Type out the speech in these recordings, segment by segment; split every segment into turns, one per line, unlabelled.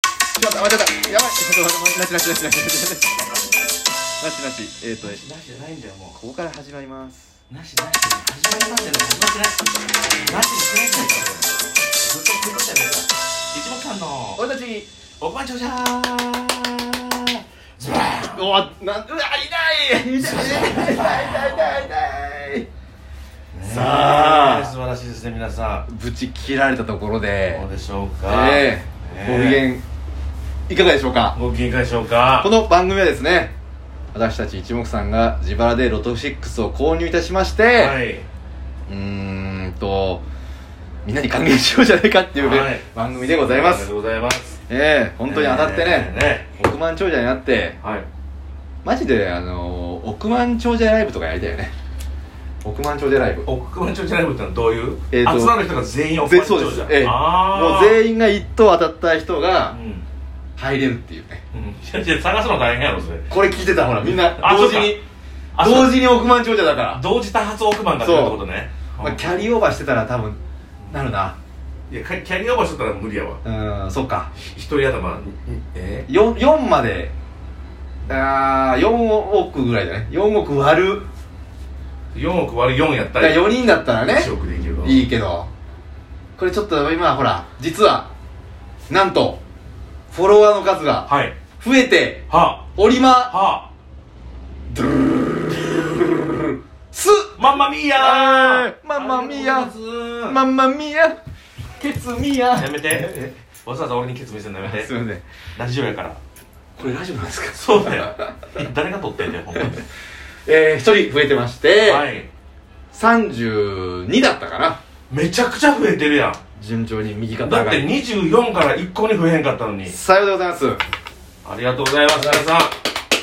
しまった間違ったやばいちょっと待ってなしなしなしなしなしなしなしえっ、と
なしじゃないんだよも
ここから始まります
うなしなし始まりましたね始まってないなしにしてないからずっと言ってましたね一目さんの
俺たち
億万長者ズバーン
うわなんうわ痛い痛い痛い痛い痛い痛いさあ
ねえ素晴らしいですね皆さん
ぶち切られたところで
どうでしょうか
ええご機嫌いかがでしょうか
ご機嫌いかがでしょうか
この番組はですね私たち一目さんが自腹でロト6を購入いたしまして、
はい、
うーんとみんなに還元しようじゃないかっていうね、
はい
番組でございま
ありが
す
とうございます
ええ本当に当たってね、
ね
億万長者になって
はい
マジであの億万長者ライブとかやりたいよね億万長者ライブ
億万長者ライブってのはどういう、
えーと
集まる人が全員億
ぜ
万
そ
長
う
者
です、ええ、も
あ
う
ー
全員が一等当たった人が
うん
入れるっていうね
うんいやいや探すの大変やろそれ
これ聞いてたほらみんな
あ
同時に
あそう
同時に億万長者だから
同時多発億万がってるってことね
まあ、キャリーオーバーしてたら多分なるない
やキャキャリアオーバーしとったら無理やわ
うんそっか
一人頭にえ
4, 4までああ4億ぐらいだね4億割る
4億割る4やった
だからら4人だったらね
1億でいけるの
いいけどこれちょっと今ほら実はなんとフォロワーの数が
はい
増えて
は
おり
あ
ま
はあ
す
マンマミーヤー
マンマミーヤー
ありがとうございま
マンマミヤケツミヤ
すやめて
え
わざわざ俺にケツ見せるのやめ
え
て
すいません
ラジオやから
これラジオなんですか
そうだよ誰が撮ってん だよほんまに
えー、1人増えてまして、
はい
32だったかな
めちゃくちゃ増えてるやん
順調に右肩
だ
上
っ
が
て
り
24から1個に増えへんかったのに
さようでございます
ありがとうございます皆さん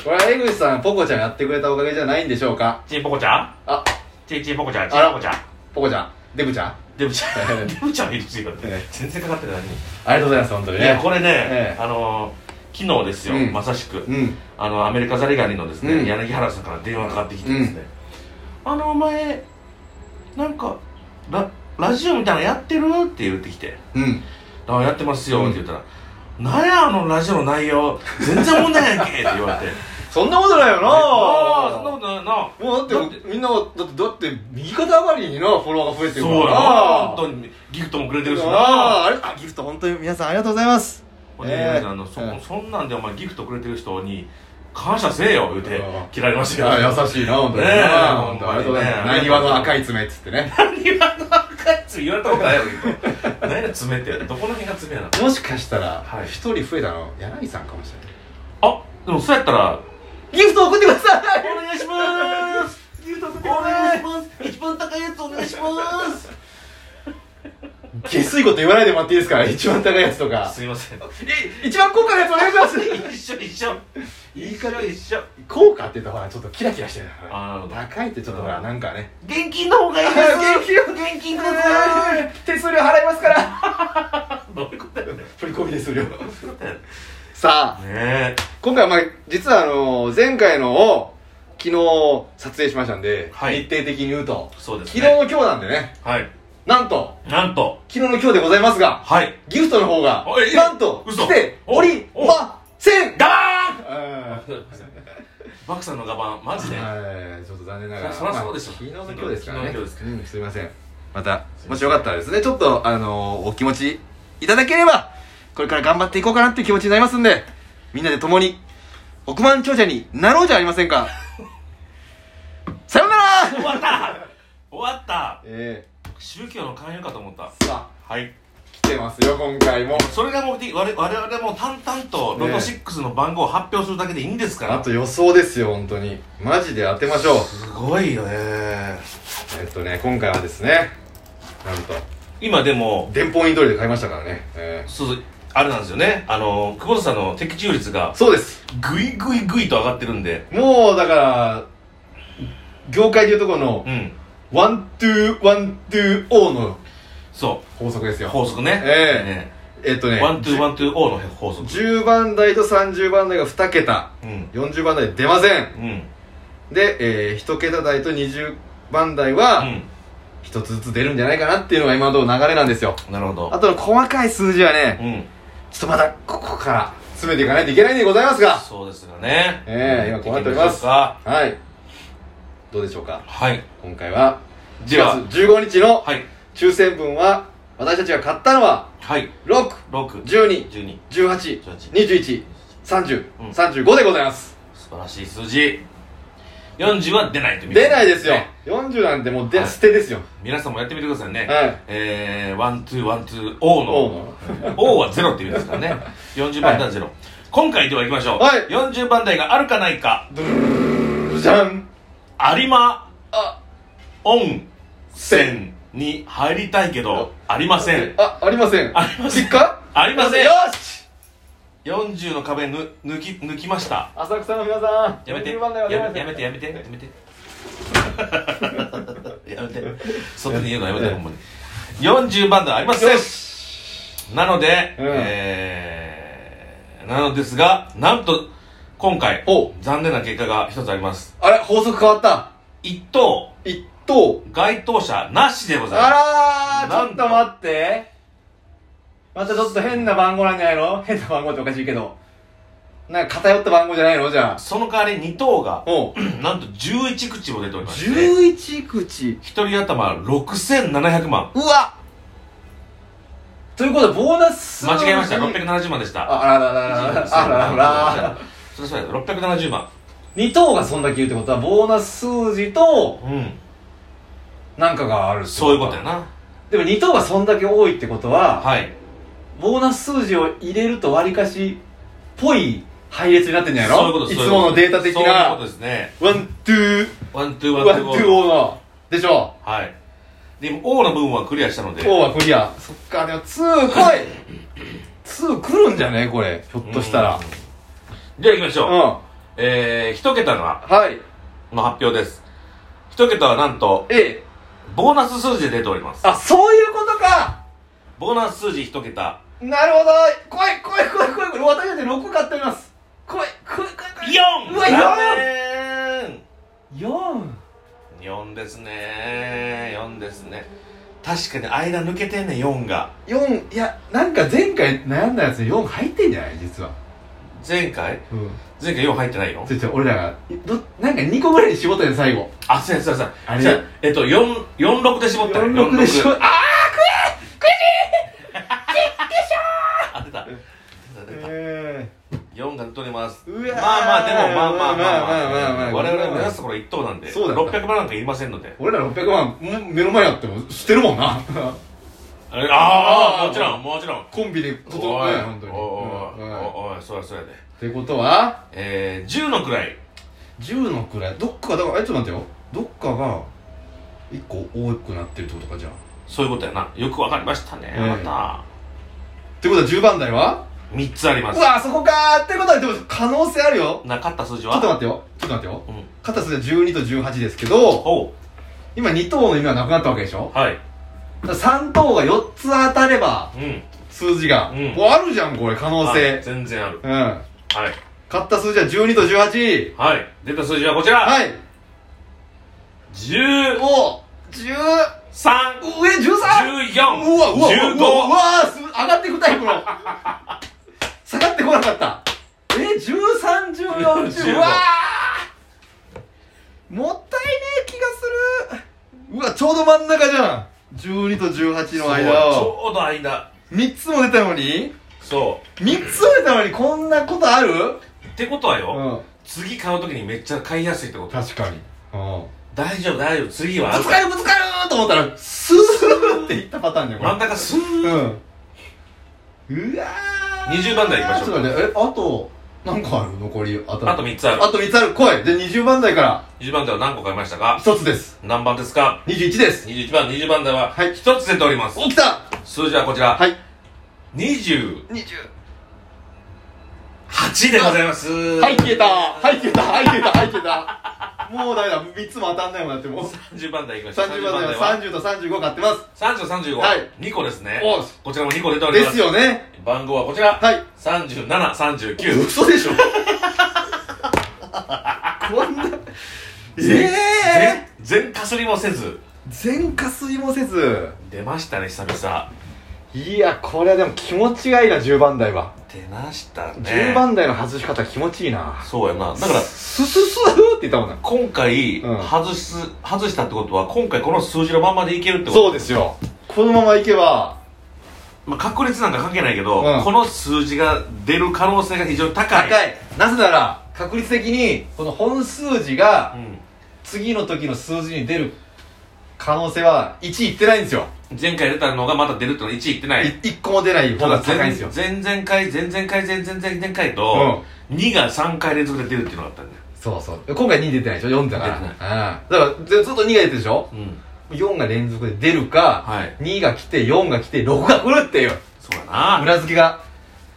これは江口さんポコちゃんやってくれたおかげじゃないんでしょうか
チンポコちゃん
あ
チンチンポコちゃんチ
あ
ン
ら
ポコちゃん
ポコちゃんデブちゃん
デブちゃ
ええ
んデブちゃんいるつい
ええ
全然かかってないのに
ありがとうございます本当に
いやこれね、
ええ
あのー昨日ですよ、
うん
まさしく、
うん
あのアメリカザリガニのですね、
うん
柳原さんから電話がかかってきてですね、あのお前なんかララジオみたいなのやってるって言ってきて
うん
「あやってますよ」って言ったら「なんやあのラジオの内容全然問題やんけ」って言 われて「
そんなことないよな
ああそんなことないな」
もうだってみんなだってだって右肩上がりになフォロワーが増えてる
そ
か
う
ら
やな
あ
本当にギフトもくれてるし
あ
な
ああれあギフト本当に皆さんありがとうございます
お
え
兄
え
さんあのそ
うん
そんなんでお前ギフトくれてる人に感謝せえよ言うて
うん
嫌いました
い
よ
や優しいな本当に
ねえ
ああ本当ありがとうございます
本当にね
なにわの赤い爪っつってね
庭の赤い爪言われたことないやろ今何や爪ってどこの辺が爪やな
もしかしたら
はい
一人増えたの柳井さんかもしれない
あでもそうやったら
ギフト送ってください
お願いします牛丼お願いします一番高いやつお願いします
下水こと言わないでもらっていいですか一番高いやつとか
すいません
え一番高価なやつお願いします
一緒一緒
言い方
一緒
高価って言ったらほらちょっとキラキラしてるから
あーなるほど
高いってちょっとほらなんかね
現金の方がいいです現金ください
手数料払いますから
どういうことやねんど
振り込み手数料
ういうことやねんね
さあ
え
今回はまあ実はあのー前回のを昨日撮影しましたんで、
はい
日程的に言うと
そうです
昨日
ね
の今日なんでね
はい
なんと
なんと
昨日の今日でございますが
はい
ギフトの方が
おいえ
なんと
嘘
来ておりません
ガバーン
あー
バクさんのガバンマジで
はい、ちょっと残念ながら。
そりゃそうでしょ
まあ昨日の今日ですからね。
昨日の今日ですから
うん、すみません。また、もしよかったらですね、ちょっと、あのーお気持ちいただければ、これから頑張っていこうかなっていう気持ちになりますんで、みんなで共に、億万長者になろうじゃありませんか。さようなら
終わった終わった
え
宗教の勧誘かと思った
ー、さあ、
はい
来てますよ、今回も。
それが目的我々我々も淡々とロト6の番号を発表するだけでいいんですから、
あと予想ですよ、本当に。マジで当てましょう。
すごいよね
えっとね、今回はですね、なんと、
今でも
電報イン通りで買いましたからね。え
そうあれなんですよねあの久保田さんの的中率が
ーそうです。
ぐいぐいぐいと上がってるんで
もうだから業界でいうところの
うん
ワン・ツー・ワン・ツー・オーの
そ
法則です
う
よ
法則ね
ええっとね
ワン・ツー・ワン・ツー・オーの法則
10番台と30番台が2桁
うん
40番台出ません
うん
で、えー、1桁台と20番台
う
は
ん
1つずつ出るんじゃないかなっていうのが今のところ流れなんですよ
なるほど
あとの細かい数字はね
うん
ちょっとまだここから詰めていかないといけないんでございますが
そうですよね
ええ今こうなっております
行きしょうか
はいどうでしょうか
はい
今回は
じゃあ
4月15日の
はい
抽選分は私たちが買ったのは
はい
6
6
12
12
18 21 30
うん
35でございます
素晴らしい数字40は出ないという
出ないですよ
ね
40なんてもうで
はい
捨てですよ
皆さんもやってみてくださいね
はい
えーワンツーワンツー O
おう
の O はゼロって言うんですからね40番台はゼロ今回では行きましょう
はい
40番台があるかないか
じゃん
有馬
あ
温泉に入りたいけどありません
あありません
ありません
実家
ありません
よし
40の壁ぬ抜き抜きました
浅草の皆さん
やめて
40
や
番台は出ません
めやめてやめてやめてやめて 外に言うのやめてほんまに40番台ありません
よし
なので、
うん
えー、なのですが、なんと、今回
おう、
残念な結果が一つあります。
あれ法則変わった
一等、
一等
該当者なしでございます。
あら
な
ー
ん
ちょ
と
っと待ってまたちょっと変な番号なんじゃないの変な番号っておかしいけどなんか偏った番号じゃないのじゃあ
その代わり二等が、
おう
なんと11口も出ておりまして、
11口
一人頭6700万。
うわということでボーナス
間違えました、
に
670万でした。
ああららららららあらららら
それそれ、670万。
2等がそんだけ言うってことはボーナス数字と
うん。
なんかがあるって
そういうことやな。
でも2等がそんだけ多いってことは、
はい。
ボーナス数字を入れるとわりかしぽい配列になってんじゃないの
そういうことです
つものデータ的
そういうこと
な
ですね。
ワン・ツー
ワン、ツー、ワン、ツ
ワン・ツ
ー、ワン。
ー・オーのでしょ
はい。で、今 O の部分はクリアしたので、
オーはクリアそっかでも2来い2来るんじゃねこれひょっとしたら
じゃあ行きまし
う
ょ
ん
う。えー、一桁の
はい
の発表です。一桁はなんと、
A
ボーナス数字で出ております。
あそういうことか
ボーナス数字一桁。
なるほど来い来い来い来いこれ私たち6買っております来い来い来い来い
4!
うわ
4
4!
4ですね4ですね。確かに間抜けてんね4が。
4いやなんか前回悩んだやつに4入ってんじゃない実は
前回
うん
前回4入ってないよ
ち。ょちょ俺らがどなんか2個ぐらいに絞ったよ最後
あ、そうやそうやそう
あ
や。
れ
じゃあえっと、4、46で絞ったね。
46で絞
46
あ
あ、出た。出た出た
え
4が取れます。
うわー
まあまあ、でもまあまあ
まあまあ
まあ
まあま
ま
あ
あ。我々目指すところは1等なんで、
そうだよ
600万なんかいりませんので。
俺ら600万も目の前あっても捨てるもんな
ああもちろんもちろん
コンビで
お
整
い
って
おい
ない本当にうんうんっ
おいおいそうやそうやで
てことは
えー、10の位
10のくらいどっかがだからえちょっと待ってよどっかが1個多くなってるってことかじゃあ
そういうことやなよくわかりましたね、
うん
あな
ってことは10番台は
た3つありま
う
す
わそこかーってことはでも可能性あるよ
なかった数字
ちょっと
は
待ってよちょっと待ってよ
うん
片数で12と18ですけど
ほ
今2等の意味はなくなったわけでしょ
うはい
だから3等が4つ当たれば
うん
数字が、
うん
もうあるじゃんこれ可能
はい
性
全然ある
うん勝
はい
った数字は12と18
はい出た数字はこちら、
はい
1314
お10上 13! うわうわうわう
15
わす上がっていくタイプの 下がってこなかったえ131415
15
うわーもったいねえ気がするうわちょうど真ん中じゃん12と18の間
ち
を
ょうど間
3つも出たのに
そ
3つも出たのにこんなことある
うってことはよ、
うん
次買うときにめっちゃ買いやすいってこと
確かにうん
大丈夫大丈夫次はあ
ぶ
る
つ
から
かるぶつかると思ったらスーっていったパターンじゃんこれ
真ん中スー
うんうわー
20番台行きましょう
ちょっと待ってえあと何個ある残りあと
あと3つある
あと3つある来いで20番台から
20番台は何個買いましたか
1つです
何番ですか
21です
21番20番台は
はい
1つ出ております、
おきた
数字はこちら、
はい
28
20
でございます
はい消えたはい消えたはい消えたはい消えたもうダメだ3つも当たんないもんなってもう
30番台いきましょう
30番台は
は
30と35買ってます
3035、
はい
2個ですね
おう
こちらも2個出ており
で
ます
すよね
番号はこちら、
はい
3739
嘘 でしょこんなええ
全全かすりもせず
全加水もせず
出ましたね久々
いやこれはでも気持ちがいいな10番台は
出ましたね
10番台の外し方気持ちいいな
そうやなだから
スススーって言ったもんな
今回
うん
外す、外したってことは今回この数字のままでいけるってこと
そうですよこのままいけば
まあ、確率なんか関係ないけど、
うん
この数字が出る可能性が非常に高い
高いなぜなら確率的にこの本数字が次の時の数字に出る可能性は1いってないんですよ
うん、前回出たのがまた出るってのは1位いってない
1個も出ない方が高いん
前
ですよ
前々回前々回前々前々回と、2が3回連続で出るっていうのがあったんだよ、
そうそう今回2出てないでしょ4だから
出てない
うんだからずずっと2が出てるでしょ
うん、
4が連続で出るか、
はい
2が来て4が来て6が来るっていう
そうだな
裏付けが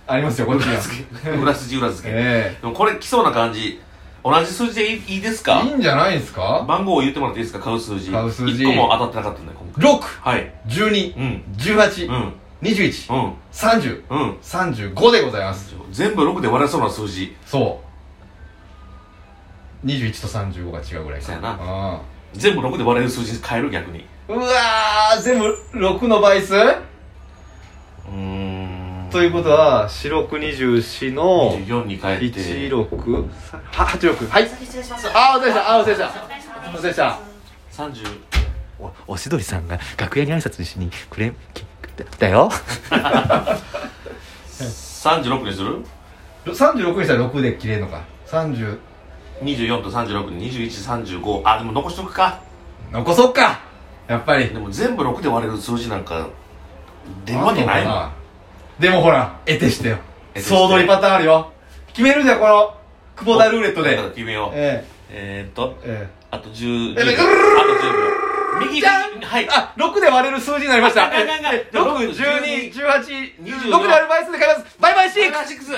ありますよこっちには
裏付け裏筋裏付け、
え
でもこれ来そうな感じ同じ数字でいいいいです
え
か
いいんじゃないですか
番号を言ってもらっていいですか買う数字
買う数字
1個も当たってなかったんだよ今回
6
はい
12
うんう
18
ん
21
うん
30
うん
35でございます
全部6で割れそうな数字
そう21と35が違うぐらいか
そうやな
な
全部6で割れる数字に変える逆に
うわー全部6の倍数
うーん
ということは四六二十四の
24に変えて
一六八六はい
失礼します。
あーお疲れ様あーお疲れ様
お
お疲れ様
30
おしどりさんが楽屋に挨拶しにくれんだよ
36にする
36にしたら6で切れるのか30
?24 と36に2135あでも残しとくか
残そっかやっぱり
でも全部6で割れる数字なんか出るわけないもん
でもほら得てしてよ
得てして
総取りパターンあるよ決めるじゃんこのクボタルーレット
だ
で
から決めよう
え
えーっと
ええ
あと10
え
あと10秒右右
じゃん
はい
えあ6で割れる数字になりました
あああああ
61218 6で
24
割る倍数で変えますバイバイシックス
6